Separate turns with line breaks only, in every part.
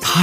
他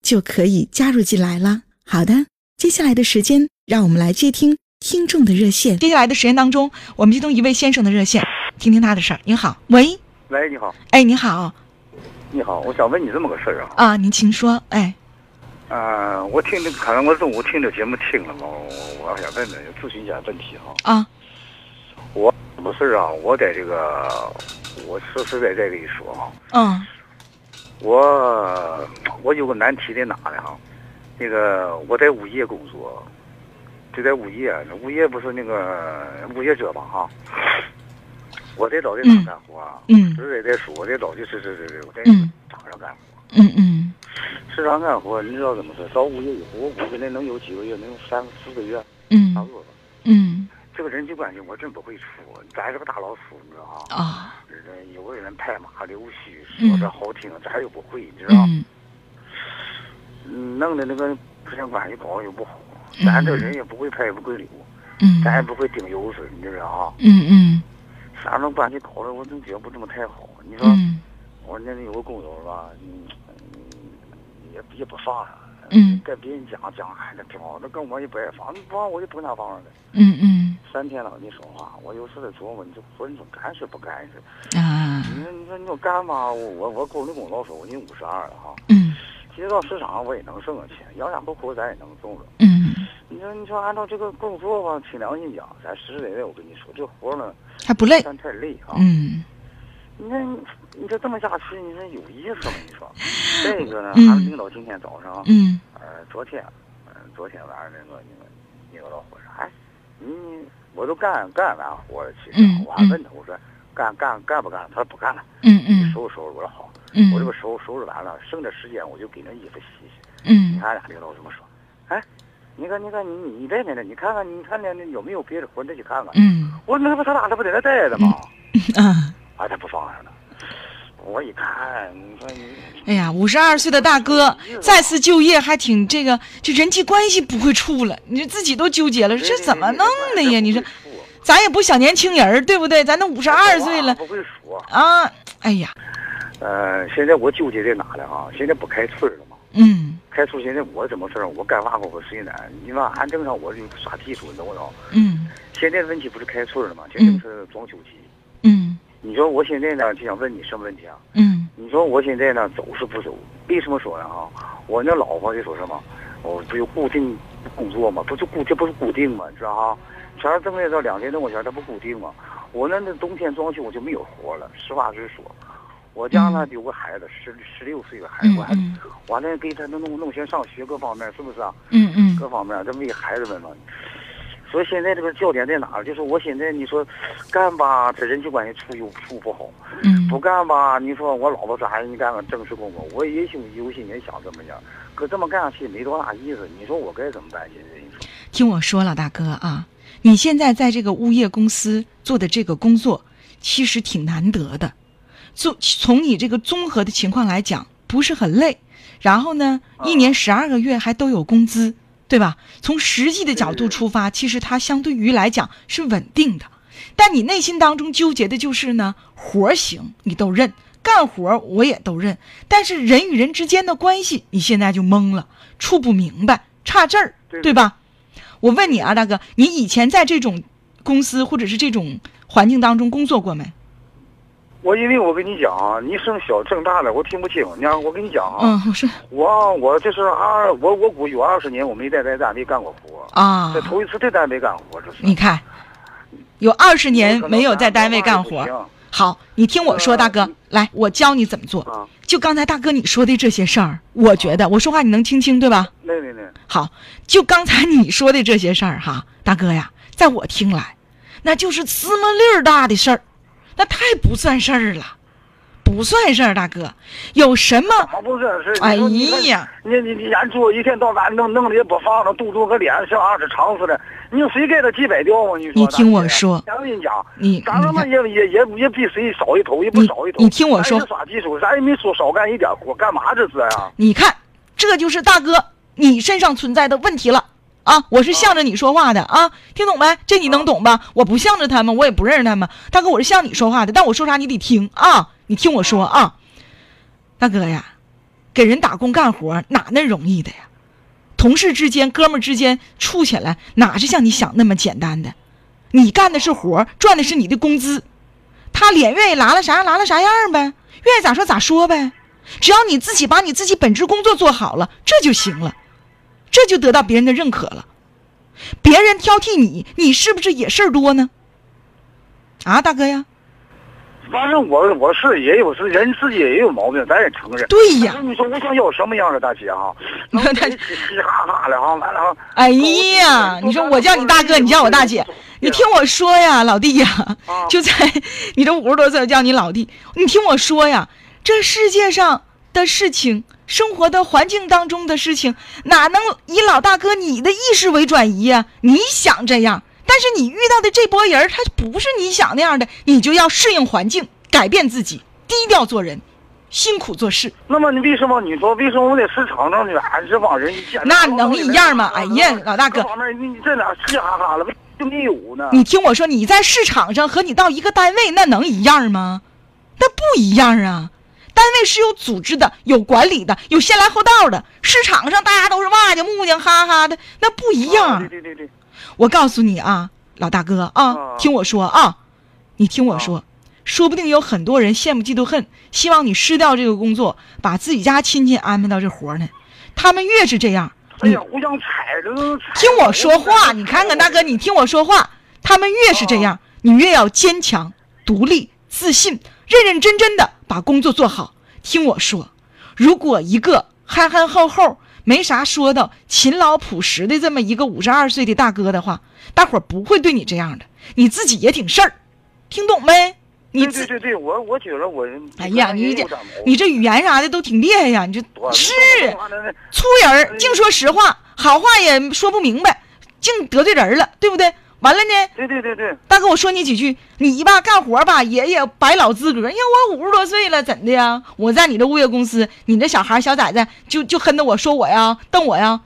就可以加入进来了。好的，接下来的时间，让我们来接听听众的热线。接下来的时间当中，我们接通一位先生的热线，听听他的事儿。您好，喂，
喂，你好，
哎，你好
你好，我想问你这么个事儿啊，
啊，您请说，哎，
呃，我听这，可能我中午听这节目听了嘛，我我想问问咨询一下问题哈、
啊，
我什么事儿啊？我在这个，我实实在在跟你说啊，
嗯，
我我有个难题在哪呢哈？那个我在物业工作，就在物业，啊那物业不是那个物业者吧哈？我在老在厂干活啊，
嗯嗯
实在在说，我在老就是是是是，我在
嗯
厂上干活。
嗯嗯，
市场干活，你知道怎么说？到物业以后，我估计那能有几个月，能有三四个月，差不
嗯
多吧。
嗯，
这个人际关系我真不会处，咱是个大老鼠，你知道啊？
啊，
人有的人拍马溜须，
嗯
说的好听，咱又不会，你知道？
嗯
嗯弄的那个不相关系搞得又不好，
嗯
咱这人也不会拍，也不会溜，
嗯
咱也不会顶油水，你知道啊？
嗯
三种关系搞得我总觉不这么太好。你说，
嗯
我那里有个工友吧，嗯，嗯也也不啥呀。
嗯
跟别人讲讲，哎，那挺好，那跟我也不爱放，不放我就不跟他放了呗。
嗯
三天两头说话，我有时候琢磨，你这活你怎么干是不干是？
嗯啊，
你说你说你给我干吧，我我我工龄工老手，我已经五十二了哈。
嗯
其实到市场我也能挣着钱，养养活活咱也能挣着。
嗯，
你说你说按照这个工作吧，凭良心讲，咱实实在在我跟你说，这活呢，
还不累，
但太累啊。
嗯。
你说你你这这么下去，你说有意思吗？你说，这个呢，
嗯
还是领导今天早上。
嗯
呃，昨天，嗯、昨天晚上那个那个那个老伙说，哎，你我都干干完活了，其实、
嗯
我还问他，我说干干干不干？他说不干了，
嗯
你
嗯
收拾收拾。我说好，
嗯
我这不收收拾完了，剩点时间我就给那衣服洗洗。你
嗯
看俺俩领导这么说，哎，你看你看你你别在那，你看看你看那那有没有别的活，你再去看看。
嗯
我说那不他俩这不在那待着吗？
啊！
啊，他不放上了。我一看，你说你
哎呀，五十二岁的大哥再次就业，还挺这个，这人际关系不会处了，你这自己都纠结了，这怎么弄的呀？你说，咱也不小年轻人儿，对不对？咱都五十二岁了
不会说。
啊！哎呀，
呃，现在我纠结在哪呢？啊，现在不开村了嘛？
嗯
开村现在我怎么事儿？我干嘛活我谁难？你说按正常我就耍技术，你懂不懂？
嗯
现在问题不是开村了吗？现在不是装修期。
嗯
你说我现在呢，就想问你什么问题啊？
嗯
你说我现在呢，走是不走？为什么说呢？啊，我那老婆就说什么，我不有固定工作吗？不就固这不是固定吗？知道哈？全是正月到两千多块钱，它不固定吗？我那那冬天装修我就没有活了，实话实说。我家呢有个孩子，十十六岁的孩子，
嗯
我还
嗯
完了给他弄弄弄些上学各方面，是不是啊？
嗯嗯
各方面这为孩子们嘛。所以现在这个焦点在哪儿？就是我现在你说干吧，这人际关系处又处不好。不
嗯
干吧，你说我老婆说，哎，你干个正式工作，我也许有心也想这么样，可这么干下去也没多大意思。你说我该怎么办？现在你说，
听我说，老大哥啊，你现在在这个物业公司做的这个工作，其实挺难得的。就从你这个综合的情况来讲，不是很累。然后呢，一年十二个月还都有工资，对吧？从实际的角度出发，其实它相对于来讲是稳定的。但你内心当中纠结的就是呢，活儿行你都认，干活儿我也都认，但是人与人之间的关系，你现在就懵了，处不明白，差这儿，
对
对吧？我问你啊，大哥，你以前在这种公司或者是这种环境当中工作过没？
我因为我跟你讲啊，你声小正大的我听不清。你看我跟你讲啊，
嗯，是
我啊我这是二我我估计有二十年我没在这单位干过活，
啊
这，头一次在单位干活这是。
你看，有二十年没有在单位干
我
活
可能干活不。行
好，你听我说，
呃
大哥，来，我教你怎么做。
啊，
就刚才大哥你说的这些事儿，我觉
哦
得我说话你能听清对吧？
那那那
好，就刚才你说的这些事儿哈，大哥呀，在我听来，那就是芝麻粒儿大的事儿，那太不算事儿了，不算事儿，大哥，有什么？
啊不是是，
哎
你说你看
呀，
你你你俺做一天到晚弄弄的也不放了，肚子和脸像二尺长似的，你说谁给他几百吊啊？你说
你听我
大姐
说
咱跟你讲，
你
咱他妈
你
也也也也比谁少一头，也不
你
少一头。
你听我说
咱是耍技术，咱也没说少干一点活，干嘛这是呀？
你看，这就是大哥你身上存在的问题了。啊，我是向着你说话的啊，听懂没？这你能懂吧？我不向着他们，我也不认识他们。大哥，我是向你说话的，但我说啥你得听啊，你听我说啊。大哥呀，给人打工干活哪那容易的呀？同事之间、哥们儿之间处起来，哪是像你想那么简单的？你干的是活儿，赚的是你的工资，他脸愿意拉拉啥样拉拉啥样呗，愿意咋说咋说呗。只要你自己把你自己本职工作做好了，这就行了，这就得到别人的认可了。别人挑剔你，你是不是也事儿多呢？啊，大哥呀，
反正我我是也有是人自己也有毛病，咱也承认。
对呀
但是你说我想要什么样的大姐哈、
你
能
看他
给你嘻嘻哈哈的哈，完了哈。
哎呀，你说我叫你大哥，你叫我大姐，你听我说呀，老弟呀，
啊
就在你都五十多岁叫你老弟，你听我说呀，这世界上的事情，生活的环境当中的事情，哪能以老大哥你的意识为转移呀、你想这样，但是你遇到的这波人儿，他不是你想那样的，你就要适应环境，改变自己，低调做人，辛苦做事。
那么你为什么你说为什么我在市场上俺这帮人一见
那能一样吗哎呀老大哥
各方面你这俩嘻嘻哈哈了，为什么就没有呢？
你听我说，你在市场上和你到一个单位，那能一样吗？那不一样啊！单位是有组织的，有管理的，有先来后到的。市场上大家都是哇的、木匠、哈哈的，那不一
啊
样
对。对对对，
我告诉你啊，老大哥啊
啊，
听我说啊，你听我说，说不定有很多人羡慕、嫉妒、恨，希望你失掉这个工作，把自己家亲戚安排到这活儿呢。他们越是这样，
哎
你
呀，互相踩着都踩着。
听我说
哦
话，你看看大哥，你听我说话，他们越是这样，你越要坚强、独立、自信，认认真真的把工作做好。听我说，如果一个憨憨厚厚、没啥说道、勤劳朴实的这么一个五十二岁的大哥的话，大伙儿不会对你这样的，你自己也挺事儿，听懂没？你
对对
自
对对，我我觉得我
哎呀，你这
有点毛病
你这语言啥的都挺厉害呀，你这
我
是。
我那那
粗人儿净说实话，好话也说不明白，净得罪人了，对不对？完了呢，
对对对对，
大哥，我说你几句，你吧干活吧也也摆老资格，因为我五十多岁了，怎的呀？我在你这物业公司，你这小孩儿小崽崽就就哼着我说我呀，瞪我呀，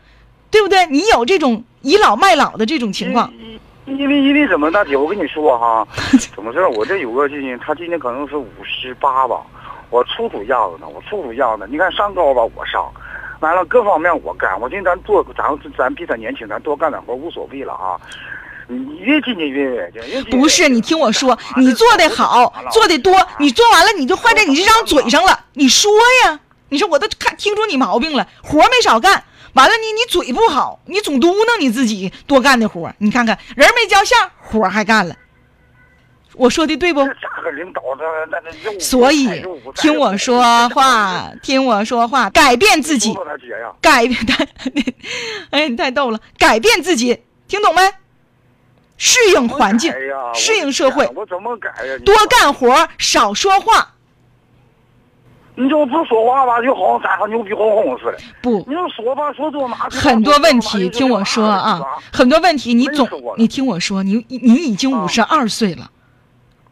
对不对？你有这种倚老卖老的这种情况，
因。因为因为怎么大姐，我跟你 说哈，怎么事儿？我这有个亲戚，他今年可能是五十八吧，我出土样子呢，我出土样子。你看上高吧，我上，完了各方面我干。我寻思咱做，咱咱比他年轻，咱多干点活无所谓了啊。你越进去越越进，越进啊
不是？你听我说， 你做的好，做的多，你做完了你就坏在你这张嘴上了。你说呀，你说我都看听出你毛病了，活儿没少干。完了你你嘴不好，你总嘟囔你自己多干的活儿，你看看人没交下，活儿还干了。我说的对不？
这个领导的那那那
所以听我说话，听我说话，改变自己，
大姐呀，
改变 他，哎，你太逗了，改变自己，听懂没？适应环境
我改哎呀，
适应社会，
我怎么改呀？你
多
说
干活，少说话。
你就不说话吧，就好像咱还牛逼哄哄似的。
不，
你要说吧，说多麻烦
很多问题，听我说啊，很多问题你总
闷死我了
你听我说，你你你已经
啊
五十二岁了，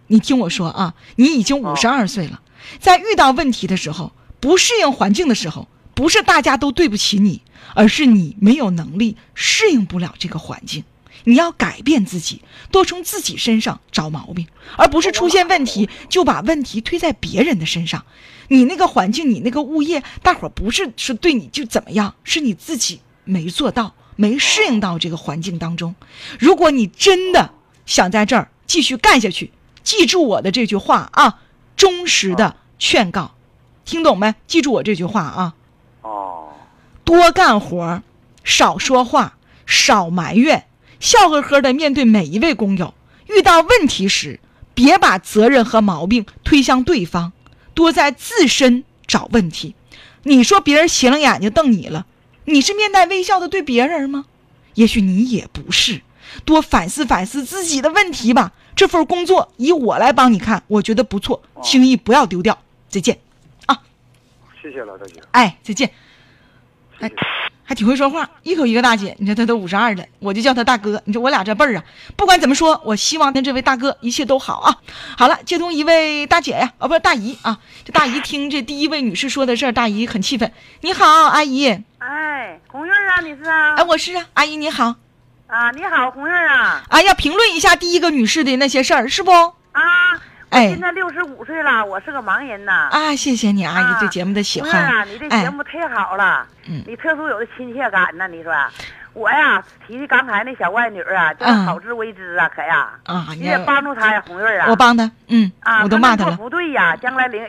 你听我说啊，你已经五十二岁了，在遇到问题的时候，不适应环境的时候，不是大家都对不起你，而是你没有能力适应不了这个环境。你要改变自己，多从自己身上找毛病，而不是出现问题就把问题推在别人的身上。你那个环境，你那个物业，大伙儿不是说对你就怎么样，是你自己没做到，没适应到这个环境当中。如果你真的想在这儿继续干下去，记住我的这句话啊，忠实的劝告，听懂没？记住我这句话啊，
哦，
多干活儿，少说话，少埋怨，笑呵呵的面对每一位工友。遇到问题时，别把责任和毛病推向对方，多在自身找问题。你说别人斜楞眼睛瞪你了，你是面带微笑的对别人吗？也许你也不是。多反思反思自己的问题吧。这份工作以我来帮你看，我觉得不错，轻易不要丢掉。再见，
谢谢了，大姐，
哎，再见。哎
谢谢。
还挺会说话，一口一个大姐。你说他都五十二了，我就叫他大哥。你说我俩这辈儿啊，不管怎么说，我希望跟这位大哥一切都好啊。好了，接通一位大姐呀、啊，不是大姨啊。这大姨听这第一位女士说的事儿，大姨很气愤。你好，阿姨。
哎，红月儿啊，你是啊？
哎，我是啊，阿姨你好。
啊，你好，红月儿啊！
哎呀，评论一下第一个女士的那些事儿，是不？
啊，我
哎
今年六十五岁了，我是个盲人呐。
啊，谢谢你阿姨
啊
对节目的喜
红
欢。
月儿啊，你这节
哎，
目忒好了，
嗯
你特殊有的亲切感呢。你说，我呀，提起刚才那小外女儿啊，真
嗯
是好自为之啊，可呀，
啊，
你得帮助她呀，红月儿啊。
我帮她，嗯，
啊，
我都骂她
她
了，
不对呀，将来影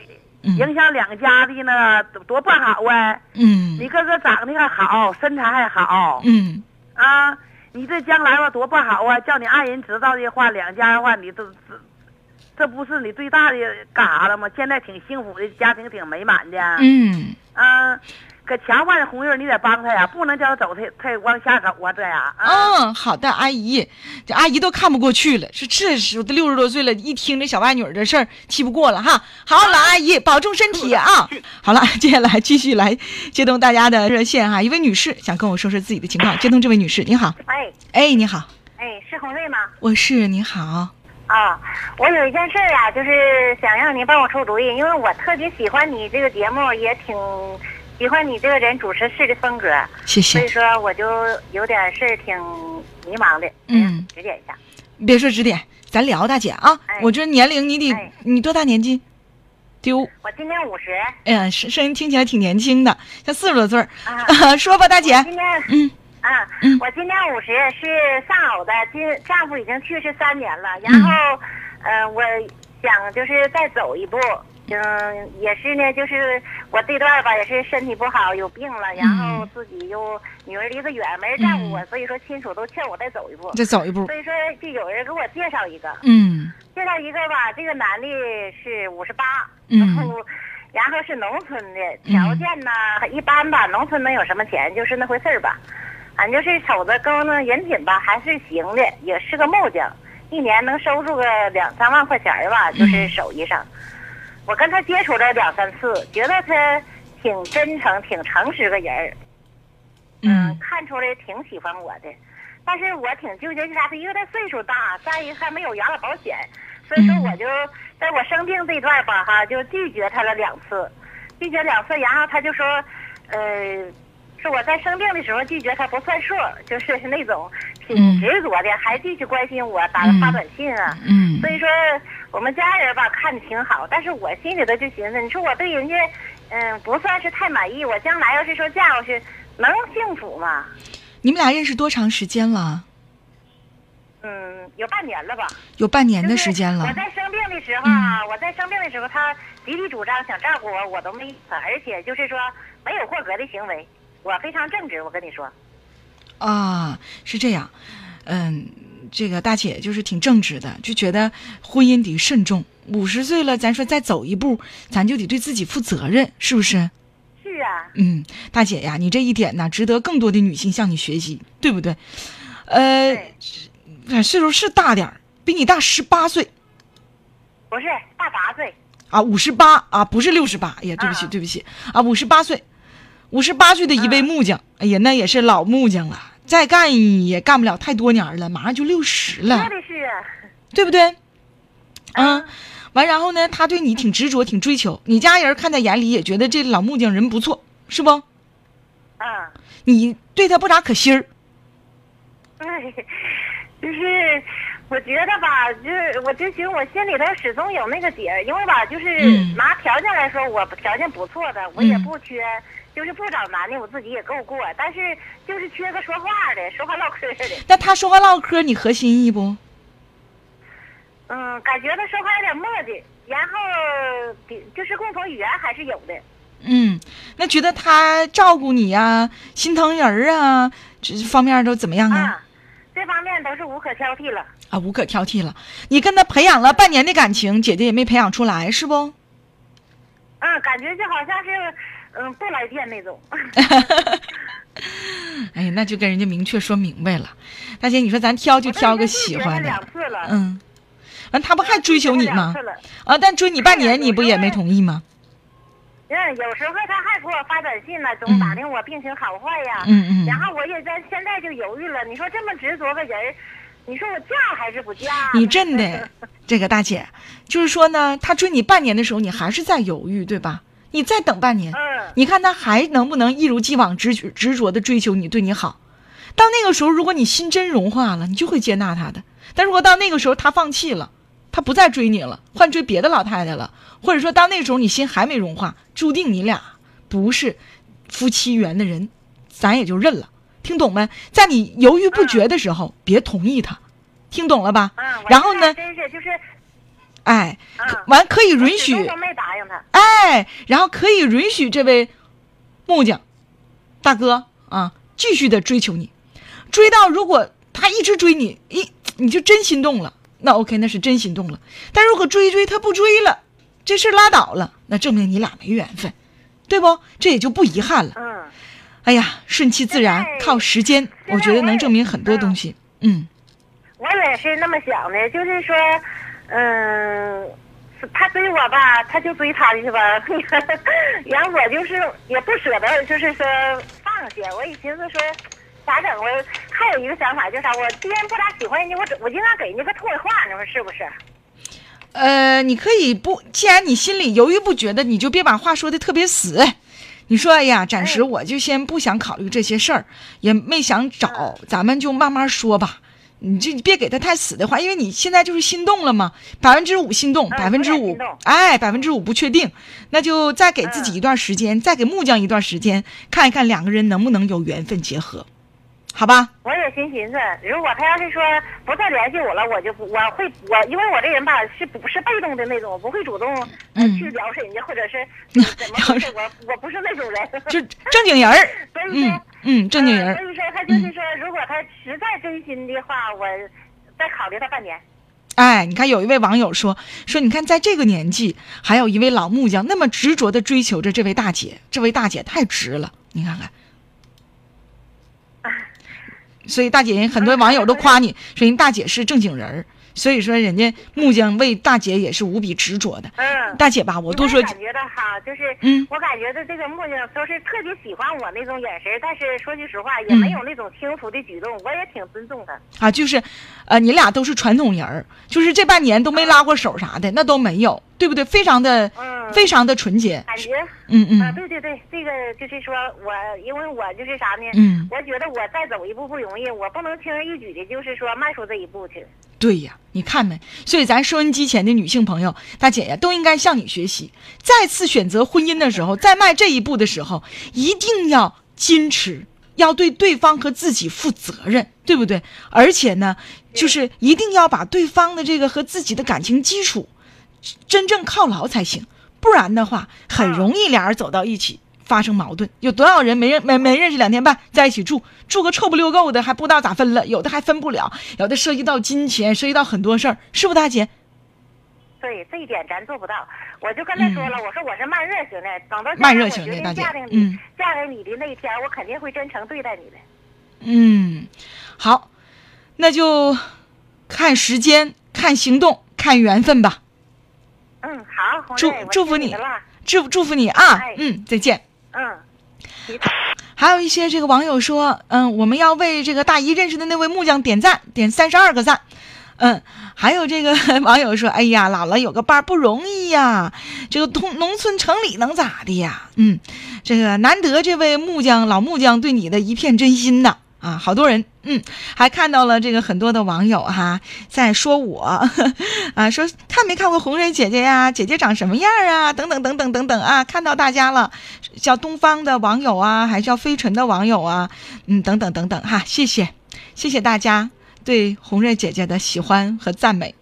嗯
影响两家的呢，多多不好啊！
嗯
你个个长得还好，身材还好，
嗯，
啊，你这将来吧多不好啊！叫你爱人知道的话，两家的话，你这这这不是你最大的干啥了吗？现在挺幸福的，家庭挺美满的。
嗯
啊，可强万红月，你得帮他呀，不能叫他走，他他往下走啊，这样啊。
嗯，好的，阿姨，这阿姨都看不过去了，是这时候都六十多岁了，一听这小外女儿的事儿，气不过了哈。好，老阿姨保重身体 啊。好了，接下来继续来接通大家的热线哈，一位女士想跟我说说自己的情况，接通这位女士，你好，
哎
哎，你好，
哎，是红瑞吗？
我是你好，
啊，我有一件事儿啊，就是想让您帮我出主意，因为我特别喜欢你这个节目，也挺喜欢你这个人主持式的风格，
谢
所
谢，
以说我就有点事儿挺迷茫的，哎
嗯，
指点一下。
别说指点，咱聊大姐啊，
哎
我这年龄你得
哎
你多大年纪？丢，
我今年五十
哎呀，声声音听起来挺年轻的，像四十多岁儿。
啊，
说吧，大 姐，
今年
嗯
啊
嗯，
我今年五十，是丧偶的，今丈夫已经去世三年了，然
嗯
后，呃，我想就是再走一步，嗯，也是呢，就是我这段吧，也是身体不好，有病了，然后
嗯
自己又女儿离得远，没人照顾我，所以说亲属都劝我再走一步，
再走一步
所。以说就有人给我介绍一个，
嗯
介绍一个吧，这个男的是五十八，
嗯
然后然后是农村的，条件呢、一般吧，农村能有什么钱，就是那回事儿吧。反正就是瞅着高呢，人品吧还是行的，也是个木匠，一年能收入个两三万块钱儿吧，就是手艺上。我跟他接触了两三次，觉得他挺真诚、挺诚实个人儿，
嗯
看出来挺喜欢我的，但是我挺纠结，是啥？他一个他岁数大，再一个还没有养老保险，所以说
嗯
我就在我生病这段吧哈，就拒绝他了两次，拒绝两次，然后他就说，呃，是我在生病的时候拒绝他不算数，就是那种
嗯
挺执着的，还继续关心我，打了发
嗯
短信啊。
嗯
所以说我们家人吧看的挺好，但是我心里头就寻思，你说我对人家，嗯，不算是太满意，我将来要是说嫁过去，能幸福吗？
你们俩认识多长时间了？
嗯，有半年了吧，
有半年
就是
的时间了嗯
我。在生病的时候啊，我在生病的时候，他极力主张想照顾我，我都没意思，而且就是说没有过格的行为，我非常正直，我跟你说，
啊，是这样，嗯，这个大姐就是挺正直的，就觉得婚姻得慎重。五十岁了，咱说再走一步，咱就得对自己负责任，是不是？
是啊，
嗯，大姐呀，你这一点呢，值得更多的女性向你学习，对不对？呃，
对，
哎岁数是大点儿，比你大十八岁
不是大杂碎，
啊，五十八啊，不是六十八。哎呀，对不起，
啊
对不起啊，五十八岁，五十八岁的一位木匠，哎呀，那也是老木匠了，再干也干不了太多年儿了，马上就六十了
说。的是啊，
对不对？嗯，完然后呢，他对你挺执着，挺追求，你家人看在眼里，也觉得这老木匠人不错，是不？
嗯。
你对他不咋可心儿，
哎，就是我觉得吧，就是我就寻思我心里头始终有那个底儿，因为吧，就是
嗯
拿条件来说，我条件不错的，我也
嗯
不缺，就是不找男的，我自己也够过，但是就是缺个说话的，说话唠嗑的。
那他说话唠嗑，你合心意不？
嗯，感觉他说话有点磨叽，然后比就是共同语言还是有的。
嗯，那觉得他照顾你呀、心疼人儿啊，这方面都怎么样啊？
啊，这方面都是无可挑剔了。
啊，无可挑剔了。你跟他培养了半年的感情，姐姐也没培养出来，是不？
嗯，感觉就好像是，嗯，不来电那种。
哎呀，那就跟人家明确说明白了。大姐，你说咱挑就 挑个喜欢
我都已经拒绝他
的，
两次了，
嗯，完他不还追求你吗
拒绝他两次？了
啊，但追你半年，
对
你不也没同意吗？
嗯，有时候他还给我发短信呢，
嗯
总打听我病情好坏呀。
嗯嗯
然后我也在现在就犹豫了，你说这么执着个人儿，你说我嫁还是不嫁？
你真的，这个大姐，就是说呢，他追你半年的时候，你还是在犹豫，对吧？你再等半年，
嗯，
你看他还能不能一如既往执执着的追求你，对你好？到那个时候，如果你心真融化了，你就会接纳他的。但如果到那个时候他放弃了，他不再追你了，换追别的老太太了，或者说到那个时候你心还没融化，注定你俩不是夫妻缘的人，咱也就认了。听懂没？在你犹豫不决的时候，别同意他，听懂了吧？
嗯，我
然后呢
现在真是就是，
哎，
嗯，
完可以
我
允
始终
许
都没答应他。
哎，然后可以允许这位木匠大哥啊继续的追求你，追到如果他一直追你，一你就真心动了，那 OK，那是真心动了。但如果追一追他不追了，这事儿拉倒了，那证明你俩没缘分，对不？这也就不遗憾了。
嗯，
哎呀，顺其自然
现，在
靠时间，
现
我觉
在
得
我
能
也
证明很多
嗯
东西。嗯
我也是那么想的，就是说，嗯。是他追我吧，他就追他的去吧。 然后我就是也不舍得，就是说放下。我一寻思说，咋整？我还有一个想法，就是啥？我既然不咋喜欢人家，我我就让给人家个痛快话，你说是不是？
呃，你可以不，既然你心里犹豫不决的，你就别把话说的特别死。你说，哎呀，暂时我就先不想考虑这些事儿，也没想找，咱们就慢慢说吧。你就别给他太死的话，因为你现在就是心动了嘛，百分之五心动，
嗯
百分之
有
五
点心动，
哎，百分之五不确定，那就再给自己一段时间，再给木匠一段时间，看一看两个人能不能有缘分结合，好吧？
我也寻寻思，如果他要是说不再联系我了，我就不我会我因为我这人吧是不是被动的那种，我不会主动呃
嗯
去了解人家或者是 怎么回事，我我不是那种人。
就正经人儿，
所以
嗯
说，
嗯，正经人嗯
呃
儿。
所以说他就是说，如果他实在真心的话，我再考虑他半年。
哎，你看有一位网友说说，你看在这个年纪，还有一位老木匠那么执着的追求着这位大姐，这位大姐太值了，你看看。所以大姐，很多网友都夸你，说人大姐是正经人儿，所以说人家木匠为大姐也是无比执着的。
嗯。
大姐吧，我多说
感
几，
觉到哈，就是，
嗯
我感觉到这个木匠都是特别喜欢我那种眼神，但是说句实话，也
嗯
没有那种轻浮的举动，我也挺尊重他。
啊，就是，呃，你俩都是传统人儿，就是这半年都没拉过手啥的，那都没有，对不对？非常的，
嗯
非常的纯洁。
感觉
嗯
啊，
嗯
对对对，这个就是说我，因为我就是啥呢？
嗯，
我觉得我再走一步不容易，我不能轻而易举的，就是说迈出这一步去。
对呀，你看没？所以咱收音机前的女性朋友、大姐呀，都应该向你学习。再次选择婚姻的时候，再迈这一步的时候，一定要矜持，要对对方和自己负责任，对不对？而且呢，就是一定要把对方的这个和自己的感情基础真正犒劳才行，不然的话，很容易俩人走到一起。发生矛盾，有多少人没认没没认识两天半在一起住，住个臭不溜够的，还不知道咋分了，有的还分不了，有的涉及到金钱，涉及到很多事儿，是不是大姐？
对这一点咱做不到，我就跟他说了，我说我是慢热型的，等到将来
嗯慢热型的
我决定
大姐
嫁给你、
嗯
嫁给你的那一天，我肯定会真诚对待你的。
嗯，好，那就看时间、看行动、看缘分吧。
嗯，好，红
祝
瑞我
祝福
听
你
的了，
祝祝福你啊
哎，
嗯，再见。
嗯。
还有一些这个网友说，嗯，我们要为这个大姨认识的那位木匠点赞，点三十二个赞。嗯，还有这个 网友说，哎呀，姥姥有个伴儿不容易呀，这个通农村城里能咋的呀？嗯，这个难得这位木匠老木匠对你的一片真心呐。啊，好多人，嗯，还看到了这个很多的网友哈、在说我， 啊，说看没看过红蕊姐姐呀、姐姐长什么样啊？等等等等等等啊，看到大家了，叫东方的网友啊，还叫飞尘的网友啊，嗯，等等等等哈、谢谢，谢谢大家对红蕊姐姐的喜欢和赞美。